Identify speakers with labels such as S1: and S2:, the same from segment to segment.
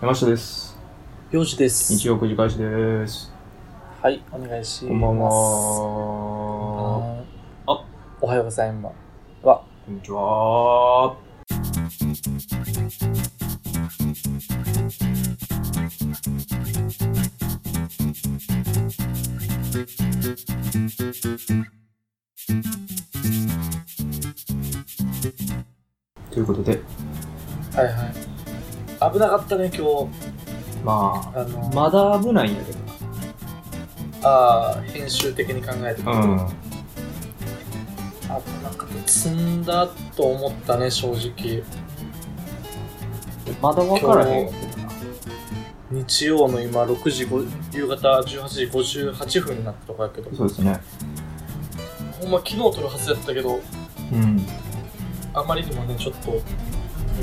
S1: 山下です。
S2: 4時です。
S1: 日曜くじ開始です。
S2: はい、お願いします。
S1: こんばんは。
S2: あー。おはようございます。は、
S1: こんにちは。ということで、
S2: はいはい。危なかったね、今日。
S1: ま
S2: あの、
S1: あ、まだ危ないんやけど
S2: あー編集的に考えてくると、
S1: な。
S2: 危なかった。積んだと思ったね、正直。
S1: まだ分からへんわけどな。
S2: 日曜の今、6時ご、夕方18時58分になったとこやけど、
S1: そうですね。
S2: ほんま昨日撮るはずやったけど、
S1: うん。
S2: あまりにもね、ちょっと、こ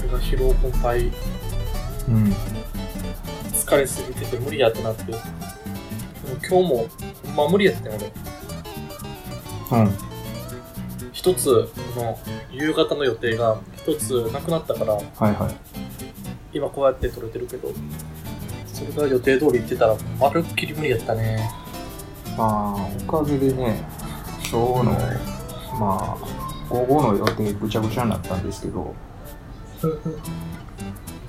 S2: れが疲労困憊、
S1: うん。
S2: 疲れすぎてて無理やってなって。でも今日も、ほんま無理やったよね。
S1: うん。
S2: 一つの夕方の予定が一つなくなったから
S1: はいはい。
S2: 今こうやって撮れてるけどそれが予定通り行ってたらまるっきり無理やったね
S1: まあ、おかげでね、今日の、まあ、午後の予定ぐちゃぐちゃになったんですけど、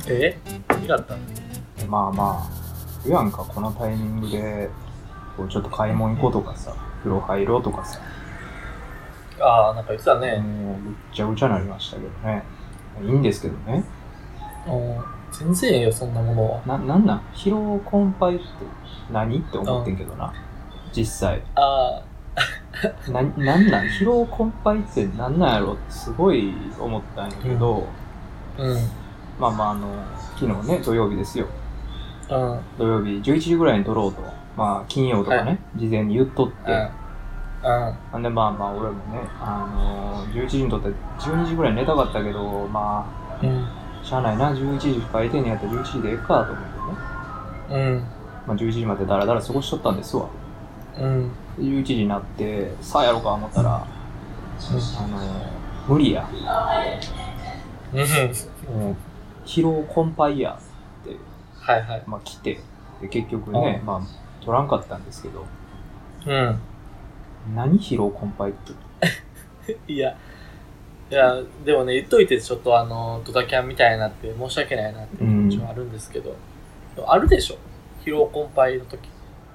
S2: え無理だった
S1: まあまあ、いやんか、このタイミングで、こうちょっと買い物行こうとかさ、風呂入ろうとかさ、
S2: ああなんか言ってたね、
S1: もうぐっちゃぐちゃになりましたけどね。いいんですけどね。
S2: うん、全然ええよそんなものは
S1: な、なんなん疲労困憊って何って思ってんけどな。実際。
S2: あ
S1: な、なんなん疲労困憊ってなんなんやろってすごい思ったんやけど、
S2: あうん
S1: まあまあ、あの、昨日ね、土曜日ですよ。
S2: うんうん
S1: 土曜日11時ぐらいに撮ろうと、まあ、金曜とかね、
S2: は
S1: 事前に言っとって、
S2: うん
S1: なんでまあまあ、俺もね、あのー、11時に撮って、12時ぐらいに寝たかったけど、ま
S2: うん
S1: あ、しゃあないな、11時開店にやったら11時でええかと思ってね、
S2: うん
S1: まあ、11時までだらだら過ごしとったんですわ。
S2: うん
S1: で11時になって、さあやろうか思ったら、あのー、無理や、
S2: うん
S1: もう疲労困憊やって、
S2: はいはい
S1: まあ、来て、で結局ね、まあ、撮らんかったんですけど、
S2: うん
S1: 何疲労困憊って、
S2: いやいやでもね言っといてちょっとあのドタキャンみたいになって申し訳ないなって
S1: うん
S2: 一応あるんですけど、でもあるでしょ疲労困憊の時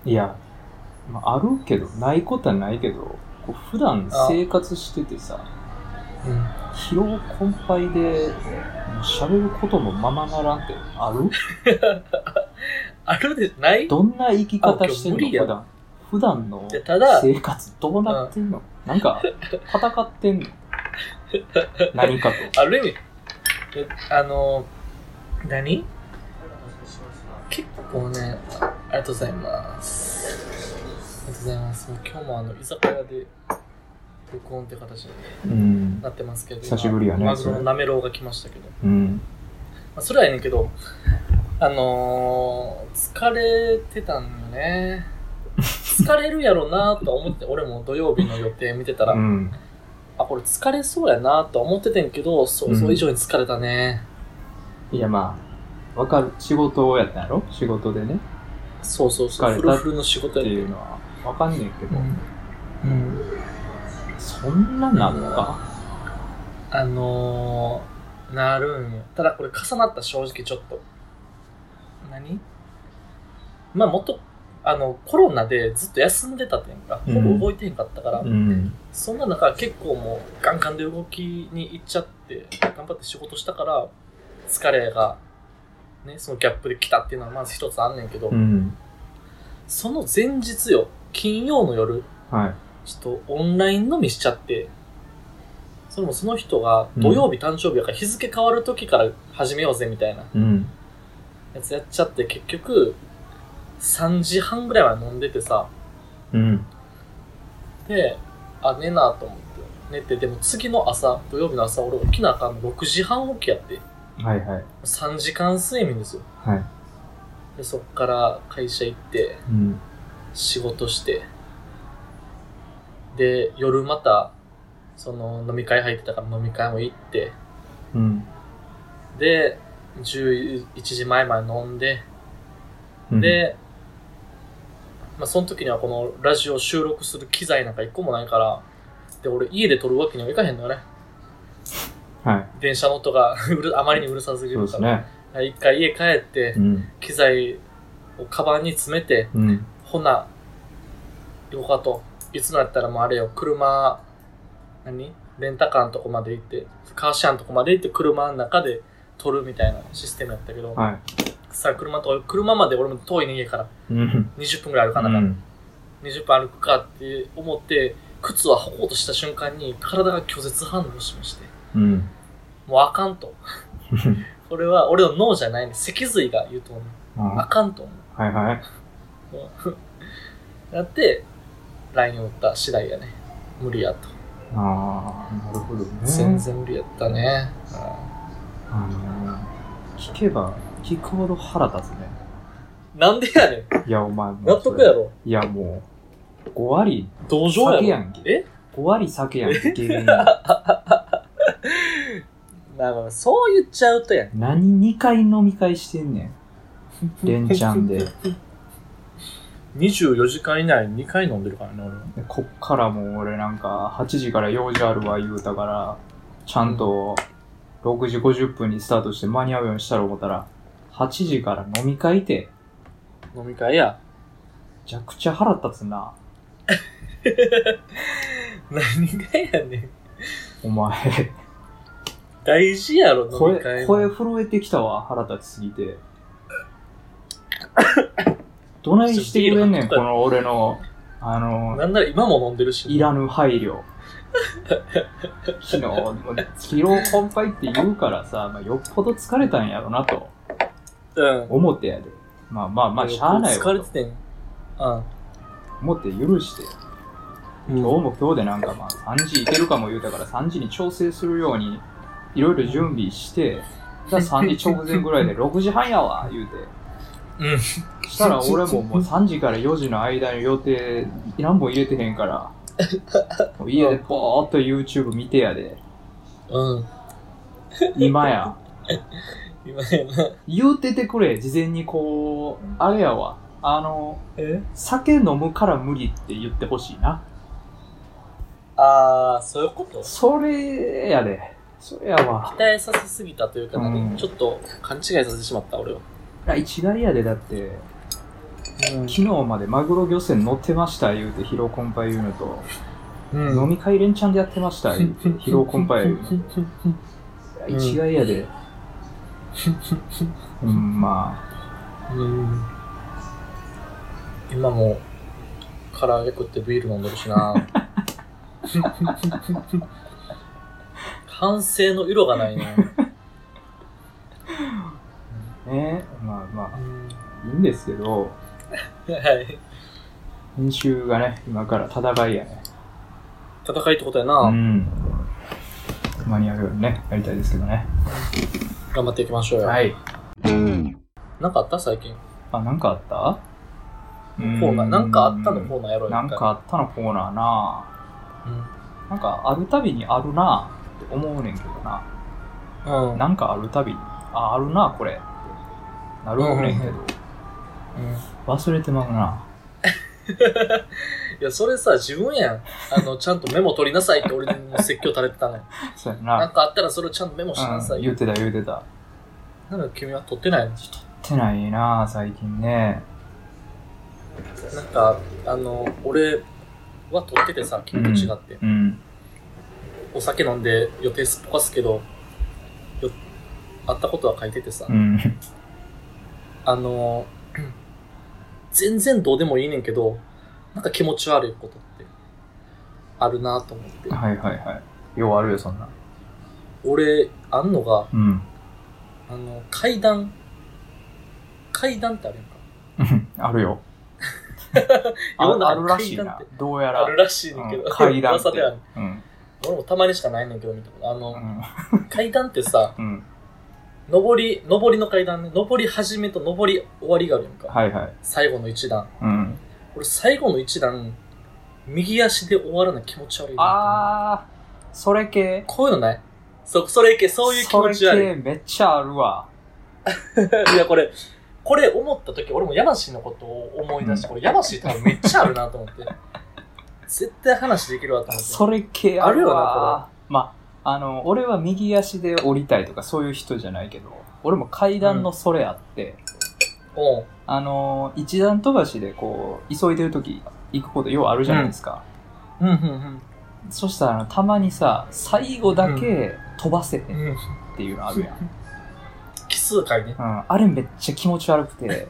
S1: いや、まあ、あるけど、ないことはないけど、こう普段生活しててさ、
S2: うん
S1: 疲労困憊で、もう喋ることもままならんって、ある
S2: あるでない
S1: どんな生き方してんの
S2: あ今日無理や
S1: 普段。普段の
S2: いやただ
S1: 生活どうなってんのなんか、戦って んの何かと。
S2: ある意味えあの何結構ねあありがとうございますありがとうございますもう今日もあの居酒屋で録音って形に
S1: うん。
S2: なってますけど
S1: 久しぶりやね
S2: 今マグロの
S1: それ
S2: なめろうが来ましたけど
S1: うん。
S2: まあ、それはやねんけど、あのー、疲れてたんよね。疲れるやろなとは思ってて、俺も土曜日の予定見てたら、
S1: うん。
S2: あ、これ疲れそうやなとは思っててんけど、想像以上に疲れたね。
S1: いや、まあ、わかる。仕事やったんやろ仕事でね。
S2: そうそうそう、
S1: 疲れ
S2: フ
S1: た
S2: ルフルの仕
S1: って
S2: 事や
S1: いうのは、わかんねえけど、
S2: うん。うん。
S1: そんななんか、
S2: あのー、なるんよ。ただこれ重なった、正直ちょっと。何まあ、もっと、あの、コロナでずっと休んでたっていうか、ほぼ動いてへんかったから、
S1: うん。
S2: そんな中結構もうガンガンで動きに行っちゃって頑張って仕事したから疲れがねそのギャップで来たっていうのはまず一つあんねんけど、
S1: うん。
S2: その前日よ金曜の夜
S1: はい。
S2: ちょっとオンライン飲みしちゃってそれもその人が土曜日誕生日やから日付変わる時から始めようぜみたいな
S1: うん。
S2: やつやっちゃって結局3時半ぐらいまで飲んでてさ
S1: うん。
S2: で、あ、寝なと思って。寝て、でも次の朝、土曜日の朝、俺起きなあかんの6時半起きやって。
S1: はいはい。
S2: 3時間睡眠ですよ。
S1: はい。
S2: で、そっから会社行って、
S1: うん。
S2: 仕事して。で、夜また、その飲み会入ってたから飲み会も行って。
S1: うん。
S2: で、 11時前まで飲んで、
S1: うん、
S2: で、まあ、その時にはこのラジオ収録する機材なんか一個もないから、で、俺家で撮るわけにはいかへんのよね。
S1: はい。
S2: 電車の音が うるあまりにうるさすぎ
S1: そう
S2: る
S1: で
S2: か
S1: す
S2: ら。
S1: ね。
S2: 一回家帰って
S1: う、ん。
S2: 機材をカバンに詰めて、
S1: うん。
S2: ほな、よかと。いつのやったらもうあれよ、車、何レンタカーのとこまで行って、カーシェアのとこまで行って車の中で撮るみたいなシステムやったけど、
S1: は
S2: さあ車と、車まで俺も遠いね家から
S1: い。うん。
S2: 20分ぐらい歩かなあかった
S1: うん
S2: 20分歩くかって思って靴は履こうとした瞬間に体が拒絶反応しまして
S1: うん。
S2: もうあかんとこれは俺の脳じゃないね脊髄が言うと思うあ
S1: あ
S2: かんと思
S1: はいはい。
S2: うもうやって LINE を打った次第やね無理やと、
S1: ああ、なるほどね。
S2: 全然無理やったね、
S1: あのー聞けば聞くほど腹立つね。
S2: うんなんでやねん
S1: いや、お前もう
S2: 納得やろ
S1: いや、もう、5割、
S2: 同情や
S1: 酒
S2: ろ
S1: やんけ。
S2: え
S1: 5割酒やんけ、芸人。
S2: まあまあそう言っちゃうとやん
S1: 何2回飲み会してんねん。連チャンで。
S2: 24時間以内に2回飲んでるからね俺は
S1: でこっからもう俺なんか8時から用事あるわ言うたから、ちゃんと6時50分にスタートして間に合うようにしたら思ったら、8時から飲み会て、
S2: 飲み会や
S1: めちゃくちゃ腹立つな。
S2: 何がやねん
S1: お前、
S2: 大事やろ、飲み会
S1: 声、
S2: も
S1: 声震えてきたわ、腹立ちすぎて。どないしてくれんねん、この俺の、あの、
S2: なんなら今も飲んでるし。
S1: いらぬ配慮。昨日、疲労困憊って言うからさ、まあ、よっぽど疲れたんやろなと
S2: うん。
S1: 思ってやで。まあまあまあ、しゃあない
S2: 疲
S1: わ
S2: れ
S1: と
S2: ててん。
S1: 思って許して。
S2: うん。
S1: 今日も今日でなんかまあ3時いけるかも言うたから3時に調整するようにいろいろ準備して、だ3時直前ぐら いで6時半やわ言うて。
S2: うん
S1: したら俺ももう3時から4時の間に予定何本入れてへんから、もう家でぼーっと YouTube 見てやで。
S2: うん。
S1: 今や。
S2: 今やな。
S1: 言うててくれ、事前にこう、あれやわ。あの、
S2: え
S1: 酒飲むから無理って言ってほしいな。
S2: あー、そういうこと
S1: それやで。それやわ。
S2: 期待させすぎたというか、何
S1: うん
S2: ちょっと勘違いさせてしまった、俺を。
S1: あ一概やで、だって、
S2: うん
S1: 昨日までマグロ漁船乗ってました言うて、疲労困憊言うのと、飲み
S2: み
S1: 会連チャンでやってました言う て、疲労困憊言うの。
S2: ん
S1: 一概やで。うん、ま
S2: うん。今も、唐揚げ食ってビール飲んでるしな。反省の色がないね。
S1: あ、ねまあま
S2: うん
S1: あ、いいんですけど、
S2: はい。
S1: 編集がね、今から戦いやね。
S2: 戦いってことやな。
S1: うん。間に合うようにね、やりたいですけどね。
S2: 頑張っていきましょうよ。
S1: はい。
S2: なんかあった最近。
S1: あ、なんかあった
S2: コーナー。なんかあったの
S1: ー
S2: コーナーやろう
S1: なんか。あったのコーナーな
S2: 一回
S1: なんかあるたびにあるなって思うねんけどな。
S2: うん。うん。
S1: なんかあるたびに、あ、あるなこれってなるねんけど、
S2: うん
S1: 忘れてまうな。
S2: いや、それさ、自分やん。あの、ちゃんとメモ取りなさいって俺にも説教垂れ てたのよ。
S1: そうや
S2: なん
S1: な。
S2: かあったらそれをちゃんとメモしなさ
S1: うん
S2: い
S1: 言
S2: よ
S1: う。てた言うてた。
S2: なんか君は取ってないの
S1: ってないな最近ね。
S2: なんか、あの、俺は取っててさ、君と違って。
S1: うん。
S2: お酒飲んで予定すっぽかすけど、よ会ったことは書いててさ。
S1: うん。
S2: あの、 全然どうでもいいねんけど、なんか気持ち悪いことって、あるなと思って。
S1: はいはいはい。ようあるよ、そんな。
S2: 俺、あんのが、
S1: うん。
S2: あの、階段、階段ってあるやんか。
S1: うんあるよ。あ
S2: 世の中
S1: あるらしい
S2: 階段
S1: な
S2: って。
S1: どうやら。
S2: あるらしいねんけど、
S1: うん階段って
S2: 噂ではある。
S1: うん。
S2: 俺もたまにしかないねんけど、見たこと。あ
S1: う
S2: の、
S1: ん。
S2: 階段ってさ、
S1: うん。
S2: 上り、上りの階段ね、上り始めと上り終わりがあるやんか。
S1: はいはい。
S2: 最後の一段。
S1: うん。
S2: 俺、最後の一段、右足で終わらない気持ち悪いなと思う。
S1: あー、それ系。
S2: こういうのないそ、それ系、そういう気持ち悪い。
S1: それ系めっちゃあるわ。
S2: いや、これ、これ思った時、俺も山氏のことを思い出して、これ山氏多分めっちゃあるなと思って。絶対話できるわと思って。
S1: それ系
S2: あるよな
S1: わまあ、あの、俺は右足で降りたいとかそういう人じゃないけど、俺も階段のそれあって、
S2: おう
S1: あの、一段飛ばしでこう、急いでる時行くことようあるじゃないですか。
S2: うんうん
S1: そしたらあの、たまにさ、最後だけ飛ばせへん
S2: うん。うん。
S1: っていうのあるやん。うん
S2: 奇数回ね。
S1: あれめっちゃ気持ち悪く て、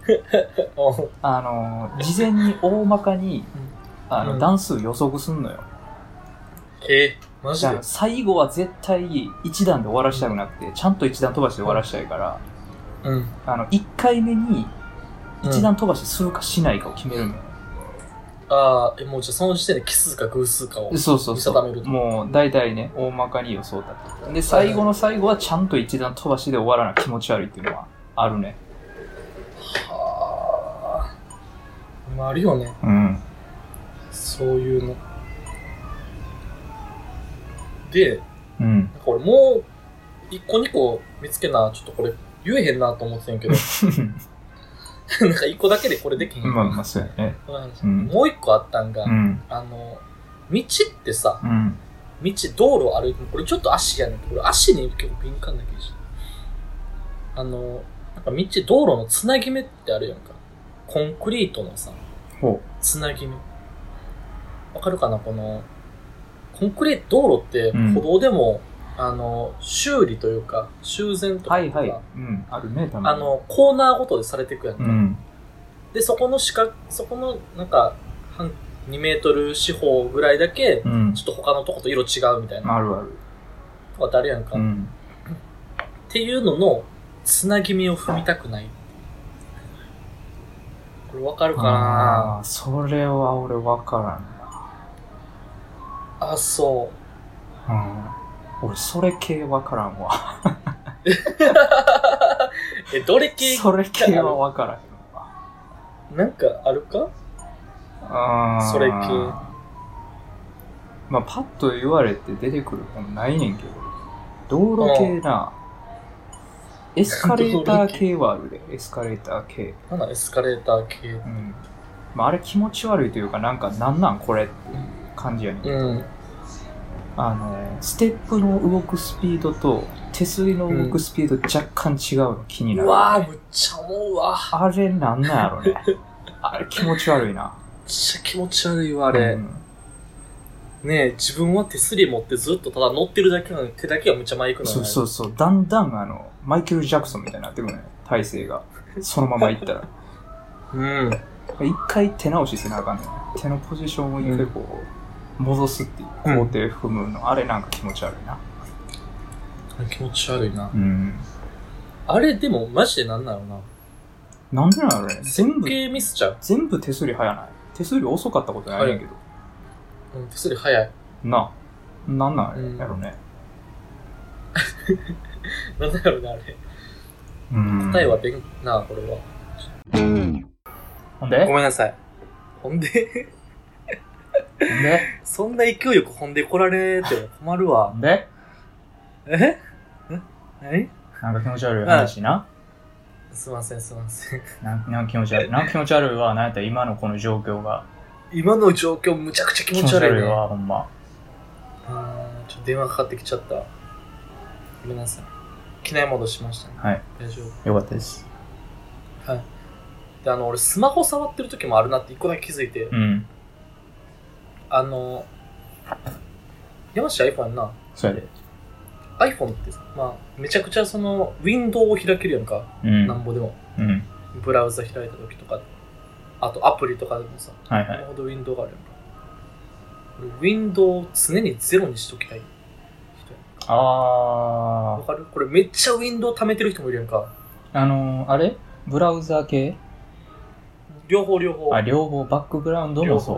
S2: おう
S1: あの、事前に大まかに、あ
S2: う
S1: の、
S2: ん
S1: 段数予測すんのよ。
S2: えー、マジ
S1: だか
S2: で
S1: ら最後は絶対一段で終わらしたくなくて、ちゃんと一段飛ばしで終わらしたいから、
S2: うん。
S1: あの、一回目に一
S2: うん
S1: 段飛ばしするかしないかを決めるのよ。
S2: ああ、えもうじゃあその時点で奇数か偶数かを。
S1: そうそう
S2: 見
S1: そ
S2: 定
S1: う
S2: めると
S1: もう大体ね大まかに予想だとで最後の最後はちゃんと一段飛ばしで終わらな気持ち悪いっていうのはあるね
S2: はあ。今あるよね。
S1: うん
S2: そういうの。で、
S1: うん
S2: なんか俺もう、一個二個見つけな、ちょっとこれ言えへんなと思ってんやけど、 なんか一個だけでこれできへ ん。
S1: まあまあそうやね
S2: この話
S1: うん
S2: もう一個あったんが、
S1: うん
S2: あの、道ってさ、
S1: うん
S2: 道、道路を歩いても、これちょっと足やねんけど、俺足に結構敏感な気がして。あの、なんか道、道路のつなぎ目ってあるやんか。コンクリートのさ、
S1: ほ
S2: つなぎ目。わかるかなこの、コンクリート、道路って
S1: うん
S2: 歩道でも、あの、修理というか、修繕と
S1: う
S2: か
S1: はいはいうんあるねたま
S2: あ
S1: に
S2: の、コーナーごとでされていくやんか。
S1: うん
S2: で、そこの四角、そこの、なんか、半2メートル四方ぐらいだけ、
S1: うん
S2: ちょっと他のとこと色違うみたいな、
S1: あるある
S2: とかってあるやんか。
S1: う
S2: っ
S1: ん
S2: ていうのの、つなぎ目を踏みたくない。これわかるかな
S1: ああそれは俺わからん
S2: あそ
S1: なうん俺それ系わからんわ
S2: う。え、どれ系、
S1: それ系はわからへんわ
S2: なんかあるか
S1: あー
S2: それ系
S1: まあパッと言われて出てくるもんないねんけど道路系なエスカレーター系はあるでエスカレーター系
S2: なんだ、エスカレーター系。
S1: うんまああれ気持ち悪いというかなんかなんなんこれっていう感じやねんけど、
S2: うん。
S1: あのステップの動くスピードと手すりの動くスピード若干違うの気にな
S2: う
S1: る、
S2: わぁ、むっちゃ思うわ。
S1: あれなんなんやろ ねあれ気持ち悪いな
S2: むっちゃ気持ち悪いわ、あ
S1: あ
S2: れ。
S1: うん
S2: ねえ、自分は手すり持ってずっとただ乗ってるだけなのに手だけがむっちゃ前行くのよ
S1: そ
S2: ね
S1: うそうそう、だんだんあの、マイケル・ジャクソンみたいになってくるのよ、体勢が。そのままいったら。
S2: うん。
S1: 一回手直しせなあかんねん。手のポジションを一回こう、戻すっていう工程踏むの、あれなんか気持ち悪いな。
S2: 気持ち悪いな。
S1: うん。
S2: あれでもマジでなんなのな。
S1: なんでなのね、全部
S2: 時、計ミスちゃう。
S1: 全部手すり早ない。手すり遅かったことないねんけど。
S2: うん、手すり早い。
S1: なあ、なんなんやろね。
S2: なんだろうな、あれ。
S1: うん。
S2: 答えはでんな、これは。
S1: ほんで
S2: ごめんなさい。ほんで、
S1: ほんで
S2: そんな勢いよくほんで来られても困る
S1: ほ
S2: わ。
S1: んで
S2: ええ何
S1: なんか気持ち悪い話な。
S2: すいません、すいません。
S1: なんなんか気持ち悪い。なんか気持ち悪いわ、なんやったら今のこの状況が。
S2: 今の状況むちゃくちゃ気持ち悪いね。
S1: わ、ほんま。
S2: あーちょっと電話かかってきちゃった。ごめんなさい。機内戻しましたね。
S1: はい。
S2: 大丈夫。
S1: よかったです。
S2: はい。で、あの、俺、スマホ触ってる時もあるなって一個だけ気づいて、
S1: うん。
S2: あの、山下 iPhone やんな。
S1: それで。
S2: iPhone ってさ、まあ、めちゃくちゃその、ウィンドウを開けるやんか。
S1: うん。
S2: なんぼでも。
S1: うん。
S2: ブラウザ開いた時とか、あとアプリとかでもさ、
S1: はいは
S2: なる
S1: い。
S2: ほどウィンドウがあるやんか。俺、ウィンドウを常にゼロにしときたい人やん。
S1: あ
S2: わかるこれめっちゃウィンドウ溜めてる人もいるやんか。
S1: ー、あのー、あれブラウザー系
S2: 両方両方。
S1: あ、両方、バックグラウンドもそう。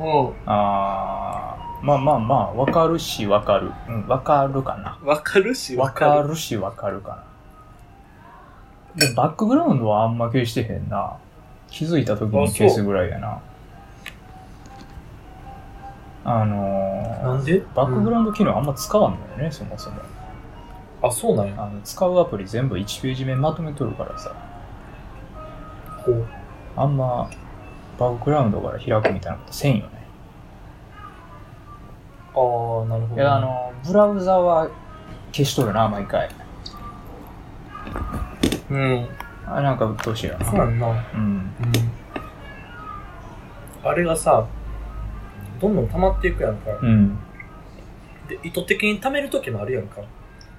S2: う
S1: あー、まあまあまあ、わかるしわかる。うん、わかるかな。
S2: ん。わかるし、
S1: わか。るしわかるかな。で、バックグラウンドはあんま消してへんな。気づいた時に消すぐらいやな。あの
S2: な
S1: ー、
S2: んで
S1: バックグラウンド機能あんま使わんのよね、そもそも。
S2: ああ、そうなんや。
S1: あの使うアプリ全部1ページ目まとめとるからさ
S2: ほう。
S1: あんまバックグラウンドから開くみたいなことせんよね
S2: ああ、なるほど、
S1: いやあ、のブラウザは消しとるな毎回
S2: うん。
S1: あれなんかうっとうしいよ
S2: そうや
S1: なん
S2: な。
S1: うん
S2: あれがさ、どんどん溜まっていくやんか。
S1: うん
S2: で、意図的に溜める時もあるやんか。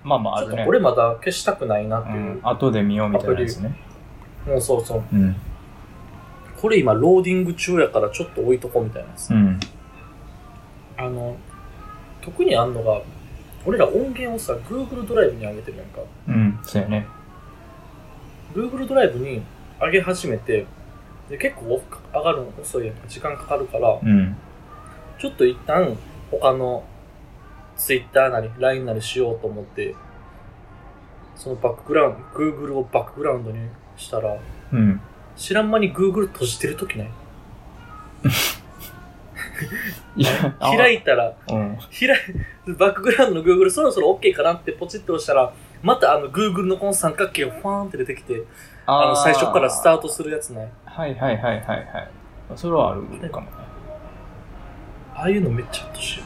S1: まあまああ
S2: ちょっ
S1: る
S2: と
S1: ね
S2: 俺まだ消したくないなって
S1: う
S2: いう。
S1: ん、後で見ようみたいなやつね
S2: もうそうそう。
S1: うん
S2: これ今ローディング中やからちょっと置いとこみたいなやつ
S1: うん
S2: あの、特にあんのが、俺ら音源をさ、Google ドライブに上げてるやんか。
S1: うんそうやね
S2: Google ドライブに上げ始めて、で結構上がるの遅いやんか、時間かかるから、
S1: うん
S2: ちょっと一旦他の Twitter なり LINE なりしようと思って、そのバックグラウンド、Google をバックグラウンドにしたら、
S1: うん
S2: 知らん間に Google 閉じてる ときない
S1: いや
S2: 開いたら、
S1: あうん
S2: 開い、バックグラウンドの Google そろそろ OK かなってポチッと押したら、またあの Google のこの三角形がファーンって出てきて、あの最初からスタートするやつね。
S1: はいはいはいはいはいそれはあるかもね
S2: ああいうのめっちゃうっとうしいよ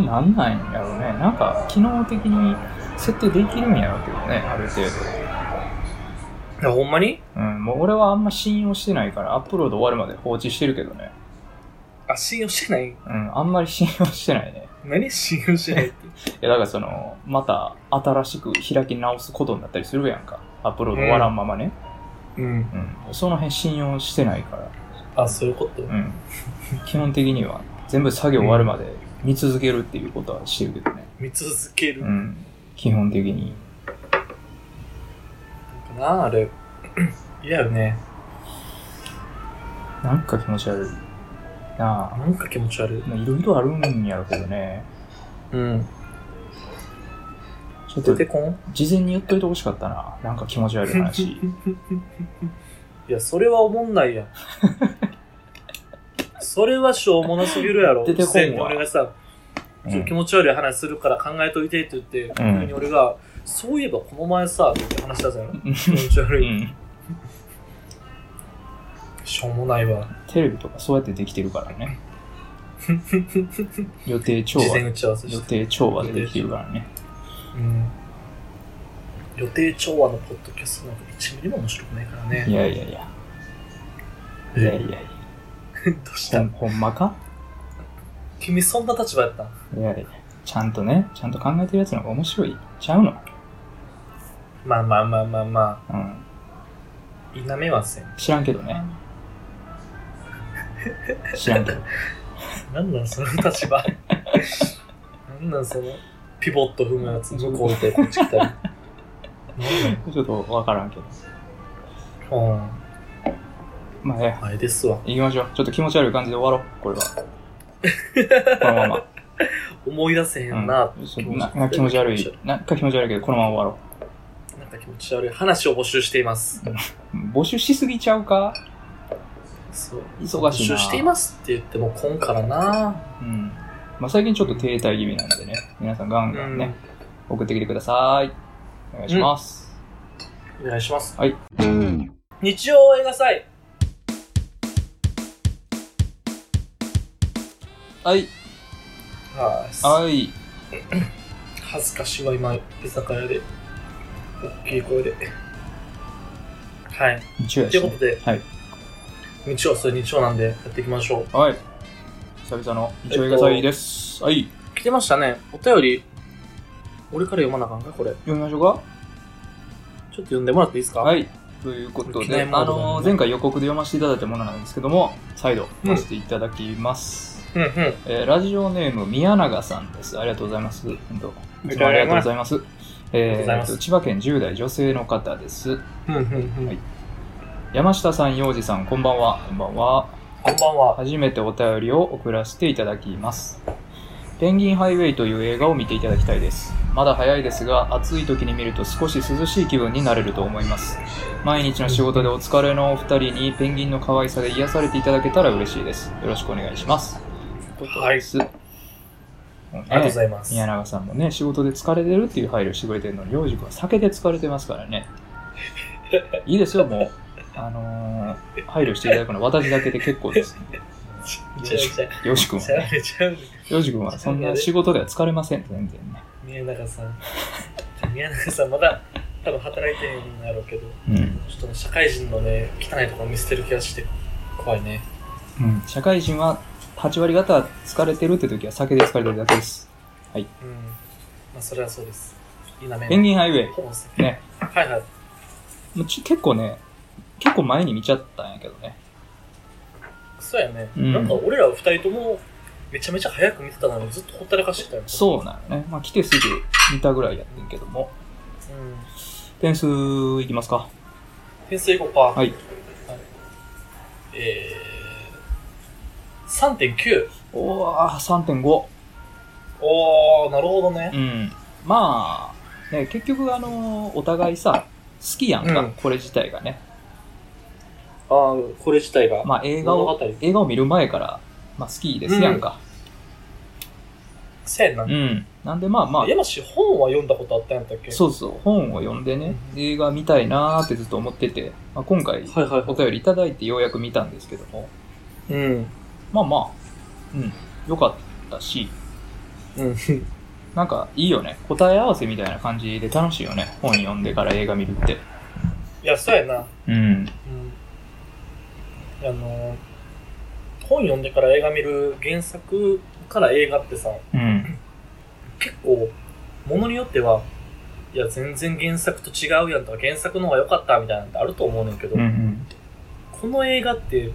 S2: ね。
S1: なんなんやろうねなんか機能的に設定できるんやろうけどねある程度
S2: いやほんまに
S1: うんもう俺はあんま信用してないからアップロード終わるまで放置してるけどね
S2: あ、信用してない
S1: うんあんまり信用してないね
S2: 何信用してないって。
S1: いやだからそのまた新しく開き直すことになったりするやんかアップロード終わらんままね、
S2: うん。
S1: うんその辺信用してないから、
S2: あ、そういうこと
S1: うん基本的には全部作業終わるまで見続けるっていうことはしてるけどね
S2: 見続ける
S1: う。ん基本的に
S2: かなあれ 嫌よね
S1: なんか気持ち悪いなあ
S2: なんか気持ち悪い
S1: まあ、いろいろあるんやろうけどね。
S2: うん
S1: ちょっ
S2: 出
S1: と
S2: て、こん
S1: 事前に言っといてほしかったな。なんか気持ち悪い 話。
S2: いやそれは思んないやんそれはしょうもなすぎるやろ
S1: 出てこんわ
S2: せ俺がさ、
S1: う
S2: ちょっと気
S1: ん、
S2: 持ち悪い話するから考えといてって言って、
S1: うん
S2: 急に俺がそういえばこの前さって言って話したじゃん気持ち
S1: う
S2: 悪い、
S1: ん
S2: しょうもないわ
S1: テレビとかそうやってできてるから ね。
S2: 事
S1: 予定調
S2: 前
S1: 和。
S2: 打ち合わせ
S1: 予
S2: して、
S1: 定調和でできてるからね。
S2: うん、予定調和のポッドキャストなんか1ミリも面白くないから
S1: い
S2: ね
S1: やいやいや。いやいやいや。
S2: どうした
S1: ほんほんまか
S2: 君そんな立場やったん
S1: いやいや。ちゃんとね、ちゃんと考えてるやつの方が面白い。ちゃうの。
S2: まあまあまあまあま
S1: うん。
S2: あ、否めません。
S1: 知らんけど ね。知らんけど。
S2: なんなんその 立場。なんなんその、ピボット踏むやつ、向こうでこっち来たり。 なんなん
S1: ちょっとわからんけど。
S2: うん。
S1: まあ、え
S2: あれですわ。
S1: え、行きましょう。ちょっと気持ち悪い感じで終わろう。これは。 このまま。
S2: 思い出せへんな、
S1: うんそうななんか気持ち悪い。なんか気持ち悪いけど、このまま終わろ
S2: なんか気持ち悪い話を募集しています。
S1: ううん。募集しすぎちゃうか
S2: そう。
S1: 忙
S2: 募
S1: しいな。
S2: 集していますって言っても、今からな。
S1: うん。まあ、最近ちょっと停滞気味なんでね。皆さんガンガンね、送ってきてください。お願いします。
S2: うん。お願いします。
S1: はい。
S2: 日曜を映画祭。
S1: はい。
S2: は
S1: はい。
S2: い。恥ずかしいわ、今、居酒屋で。大きい声で。はい。
S1: 一応や
S2: とい
S1: し
S2: うこ
S1: ね
S2: と。で、
S1: はい。
S2: 日曜、それ日曜なんで、やっていきましょう。
S1: はい。久々の一応映画祭です。はい。
S2: 来てましたね。お便り、俺から読まなあかんか、これ。ちょ
S1: 読みましょうか
S2: っと読んでもらっていいですか。
S1: はいい。ということ
S2: 記
S1: で、
S2: 念モ
S1: あ
S2: ードだね
S1: の、前回予告で読ませていただいたものなんですけども、再度読ませていただきます。
S2: うんうん。
S1: えーラジオネーム宮永さんです。ありがとうございます。本当いつもありがとうございます。
S2: りがとう
S1: え
S2: ござい
S1: ー
S2: ま
S1: っ
S2: す
S1: と千葉県10代女性の方です。
S2: うんうんう
S1: はい
S2: ん。
S1: 山下さん、洋二さん、こんばんは。こんばんは。
S2: こんばんは。
S1: 初めてお便りを送らせていただきます。ペンギンハイウェイという映画を見ていただきたいです。まだ早いですが、暑い時に見ると少し涼しい気分になれると思います。毎日の仕事でお疲れのお二人にペンギンの可愛さで癒されていただけたら嬉しいです。よろしくお願いします。
S2: はい
S1: ということですもう
S2: ありがとうご
S1: ね、
S2: ざいます。
S1: 宮永さんもね、仕事で疲れてるっていう配慮してくれてるのに、洋次君は酒で疲れてますからね。いいですよ、もう。あのー配慮していただくのは私だけで結構です。
S2: ちゃうちゃう。
S1: 洋次君は
S2: ちゃ
S1: ね。
S2: うちゃう。
S1: 洋次君はそんな仕事では疲れません、全然ね。
S2: 宮永さん。 宮永さん、まだ多分働いてるんだろうけど、
S1: うん。
S2: ちょっとね社会人のね、汚いところ見捨てる気がして、怖いね。
S1: うん、社会人は8割方疲れてるって時は酒で疲れてるだけです。
S2: うん。まあ、それはそうです。いいなめ
S1: ペンギンハイウェイ。
S2: ほぼそう
S1: ね。
S2: はいはい。
S1: もうち結構ね、結構前に見ちゃったんやけどね。
S2: そうやね。
S1: うん
S2: なんか俺ら二人とも、めちゃめちゃ早く見てたのにずっとほったらかしてたよ。
S1: そうなのね。まあ来てすぐ見たぐらいやってんけども。
S2: う。うん。
S1: 点数いきますか。
S2: 点数いこうか。
S1: はい。
S2: えー、3.9。
S1: おー、3.5。
S2: おー、なるほどね。
S1: うん。まあ、ね、結局あのーお互いさ、好きやんか、
S2: うん
S1: これ自体がね。
S2: あー、これ自体が。
S1: まあ映画
S2: 物
S1: を、
S2: 語。
S1: 映画を見る前から、まあ好きですやんか。
S2: せやな
S1: うん。。なんでまあまあ、
S2: 山氏、本は読んだことあったんやったっけ
S1: そうそう、本を読んでね、映画見たいなーってずっと思ってて、まあ、今回、
S2: はいはい
S1: お便りいただいてようやく見たんですけども、
S2: い。うん。
S1: まあまあ、うん、良かったし、
S2: うん。
S1: なんかいいよね。答え合わせみたいな感じで楽しいよね。本読んでから映画見るって。
S2: いや、そうやな。
S1: うん。
S2: うん。あのー、本読んでから映画見る原作から映画ってさ、
S1: うん。
S2: 結構、ものによっては、いや、全然原作と違うやんとか、原作の方が良かったみたいなんてあると思うねんけど、
S1: うんうん。
S2: この映画って、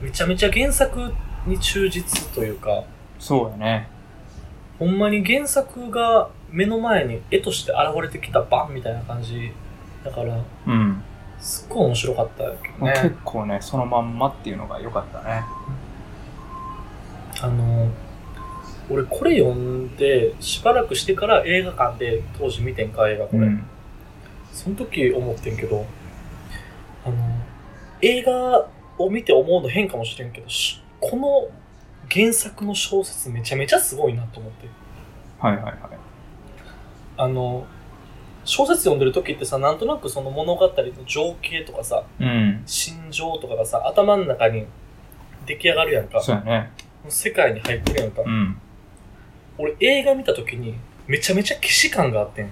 S2: めちゃめちゃ原作に忠実というか、
S1: そうやね。
S2: ほんまに原作が目の前に絵として現れてきたバンみたいな感じだから、
S1: うん。
S2: すっごい面白かったけど
S1: まあ結
S2: ね。
S1: 構ね、そのまんまっていうのが良かったね。
S2: あの、俺これ読んで、しばらくしてから映画館で当時見てんか、映画これ。
S1: うん。
S2: その時思ってんけど、あの、映画を見て思うの変かもしれんけど、しこの原作の小説めちゃめちゃすごいなと思って。
S1: はいはいはい。
S2: あの、小説読んでる時ってさ、なんとなくその物語の情景とかさ、
S1: うん。
S2: 心情とかがさ、頭の中に出来上がるやんか。
S1: そうやね。
S2: 世界に入ってるやんか。
S1: うん。
S2: 俺映画見た時に、めちゃめちゃ既視感があってん。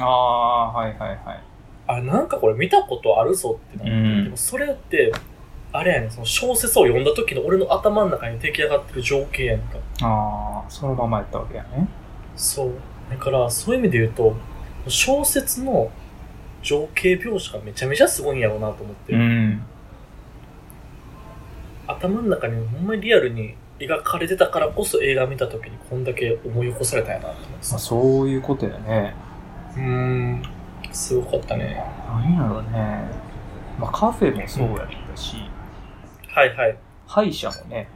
S1: あー、はいはいはい。
S2: あ、なんかこれ見たことあるぞってなって、
S1: うん
S2: でもそれって、あれやねん、その小説を読んだ時の俺の頭の中に出来上がってる情景やんか。
S1: あー、そのままやったわけやね。
S2: そう。だから、そういう意味で言うと、小説の情景描写がめちゃめちゃすごいんやろうなと思って。
S1: うん。
S2: 頭の中にほんまにリアルに描かれてたからこそ映画見た時にこんだけ思い起こされたんやなと思って
S1: ま
S2: さ
S1: あ、そういうことやね。
S2: うーんすごかったね
S1: なんやろうね。まあ、カフェもそうやったし、
S2: はいはい
S1: 歯医者もね、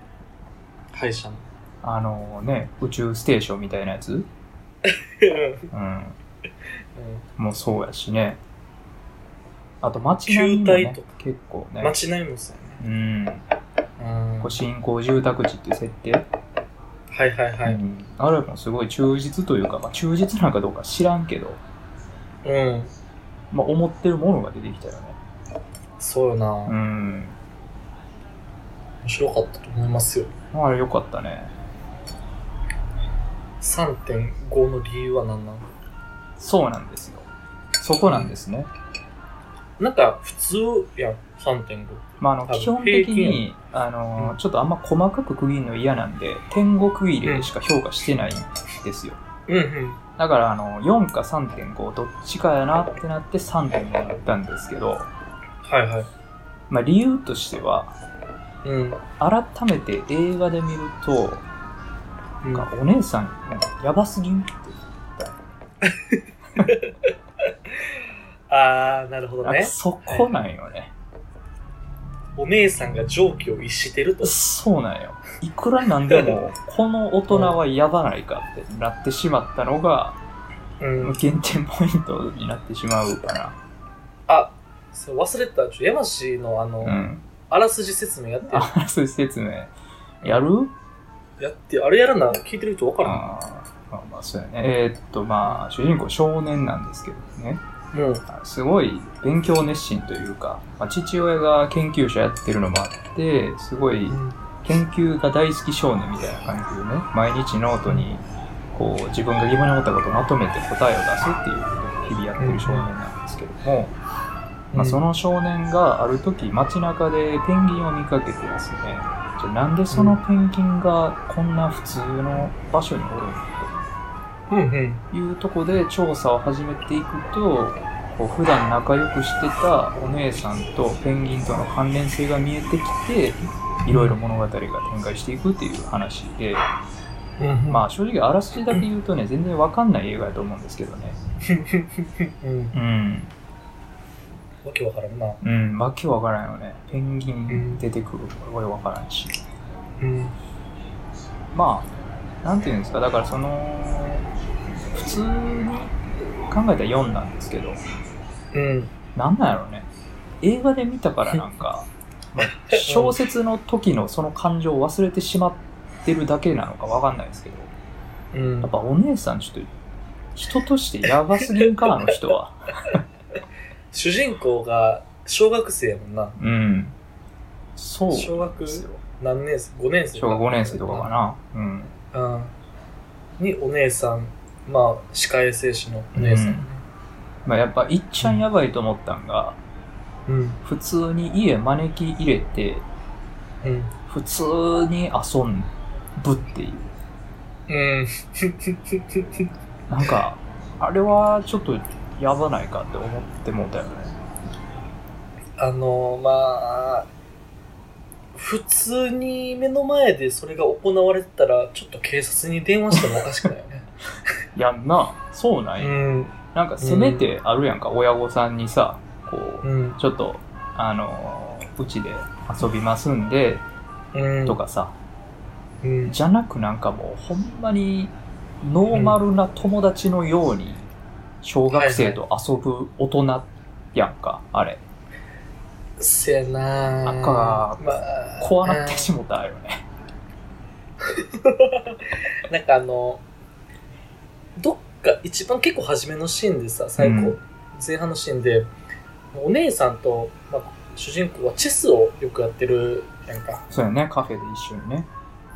S2: 歯医者 の
S1: あのね、宇宙ステーションみたいなやつ、うん、もうそうやしね。あと街並みも、
S2: 球体
S1: ね
S2: とか、
S1: 結構ね、
S2: 街並みもそうやね
S1: うん、
S2: うん
S1: こう
S2: はい
S1: 新興住宅地っていう設定、
S2: はいは
S1: う
S2: い
S1: ん、あれもすごい忠実というか、まあ、忠実なんかどうか知らんけど、
S2: うん
S1: まあ、思ってるものが出てきたよね。
S2: そうよな
S1: う
S2: 面
S1: ん、
S2: 白かったと思いますよ
S1: まあ、あれ良かったね。
S2: 3.5の理由は何なの
S1: そうなんですよ。そこなんですね。
S2: なんか普通やん3.5
S1: まあ、あの
S2: 多分
S1: 基本的
S2: 平
S1: に、あの
S2: うん
S1: ちょっとあんま細かく区切るの嫌なんで、点5区切りでしか評価してないんですよ。
S2: うんうん
S1: だから、あの、4か3.5、どっちかやなってなって3.5になったんですけど、
S2: はいはい
S1: まあ、理由としては、
S2: うん
S1: 改めて映画で見ると、
S2: うん
S1: なんかお姉さん、やばすぎんって。
S2: ああなるほど
S1: なんか
S2: ね
S1: そこなんよね。
S2: お姉さんが常軌を逸してると
S1: そうなんよ。いくらなんでも、この大人はやばないかってなってしまったのが、
S2: うん
S1: 減点ポイントになってしまうかな。
S2: あそれ忘れてたちょっと山氏のあの、
S1: うん。
S2: あらすじ説明やって
S1: あ、そういう説明。やる
S2: やって、あれやるな、聞いてる人分からん。
S1: あーまあまあそうやねえーっとまあ主人公少年なんですけどね
S2: もう、
S1: すごい勉強熱心というか、まあ、父親が研究者やってるのもあってすごい
S2: うん
S1: 研究が大好き少年みたいな感じでね毎日ノートにこう自分が疑問に思ったことをまとめて答えを出すっていうことを日々やってる少年なんですけども、まあ、そ、の少年がある時街中でペンギンを見かけてですねじゃあなんでそのペンギンがこんな普通の場所におるんだ
S2: うんうん。
S1: というとこで調査を始めていくとこう普段仲良くしてたお姉さんとペンギンとの関連性が見えてきていろいろ物語が展開していくっていう話で、
S2: うんうん
S1: まあ正直あらすじだけ言うとね全然わかんない映画やと思うんですけどね
S2: うん、
S1: うん
S2: わけわからんな。
S1: うんわけわからんよねペンギン出てくるすごいわからんし
S2: うん。
S1: まあ、なんていうんですか、だからその、普通に考えたら4なんですけど、
S2: うん。
S1: なんなんやろうね。映画で見たからなんか、まあ小説の時のその感情を忘れてしまってるだけなのかわかんないですけど、
S2: うん
S1: やっぱお姉さんちょっと、人としてやばすぎんか、あの人は。
S2: 主人公が小学生やもんな。
S1: うん。そう
S2: 小学
S1: ですよ。
S2: 何年生 ?5 年生
S1: 小学5年生とかかな。うん。
S2: な。うん。にお姉さん、まあ、歯科衛生士のお姉さん。
S1: まあ、やっぱ、いっちゃんやばいと思ったんが、
S2: うん。
S1: 普通に家招き入れて、
S2: うん。
S1: 普通に遊ぶっていう。
S2: うん。
S1: なんか、あれはちょっとやばないかって思ってもうたよね。
S2: あのまあ、普通に目の前でそれが行われてたら、ちょっと警察に電話してもおかしくないよ ね。
S1: やんな、そうない、
S2: うん。
S1: なんかせめてあるやんか、親御さんにさ、こう、
S2: うん。
S1: ちょっと、あのーうちで遊びますんで、
S2: うん。
S1: と。かさ、
S2: うん。
S1: じゃなくなんかもうほんまにノーマルな友達のように、小学生と遊ぶ大人やんか、あれ。
S2: せやな
S1: なんか
S2: まあ、
S1: 怖なってしもたよね。
S2: うんなんかあの、どっか一番結構初めのシーンでさ、最後、
S1: うん
S2: 前半のシーンで、お姉さんと、まあ、主人公はチェスをよくやってるやんか。
S1: そうやね、カフェで一緒にね。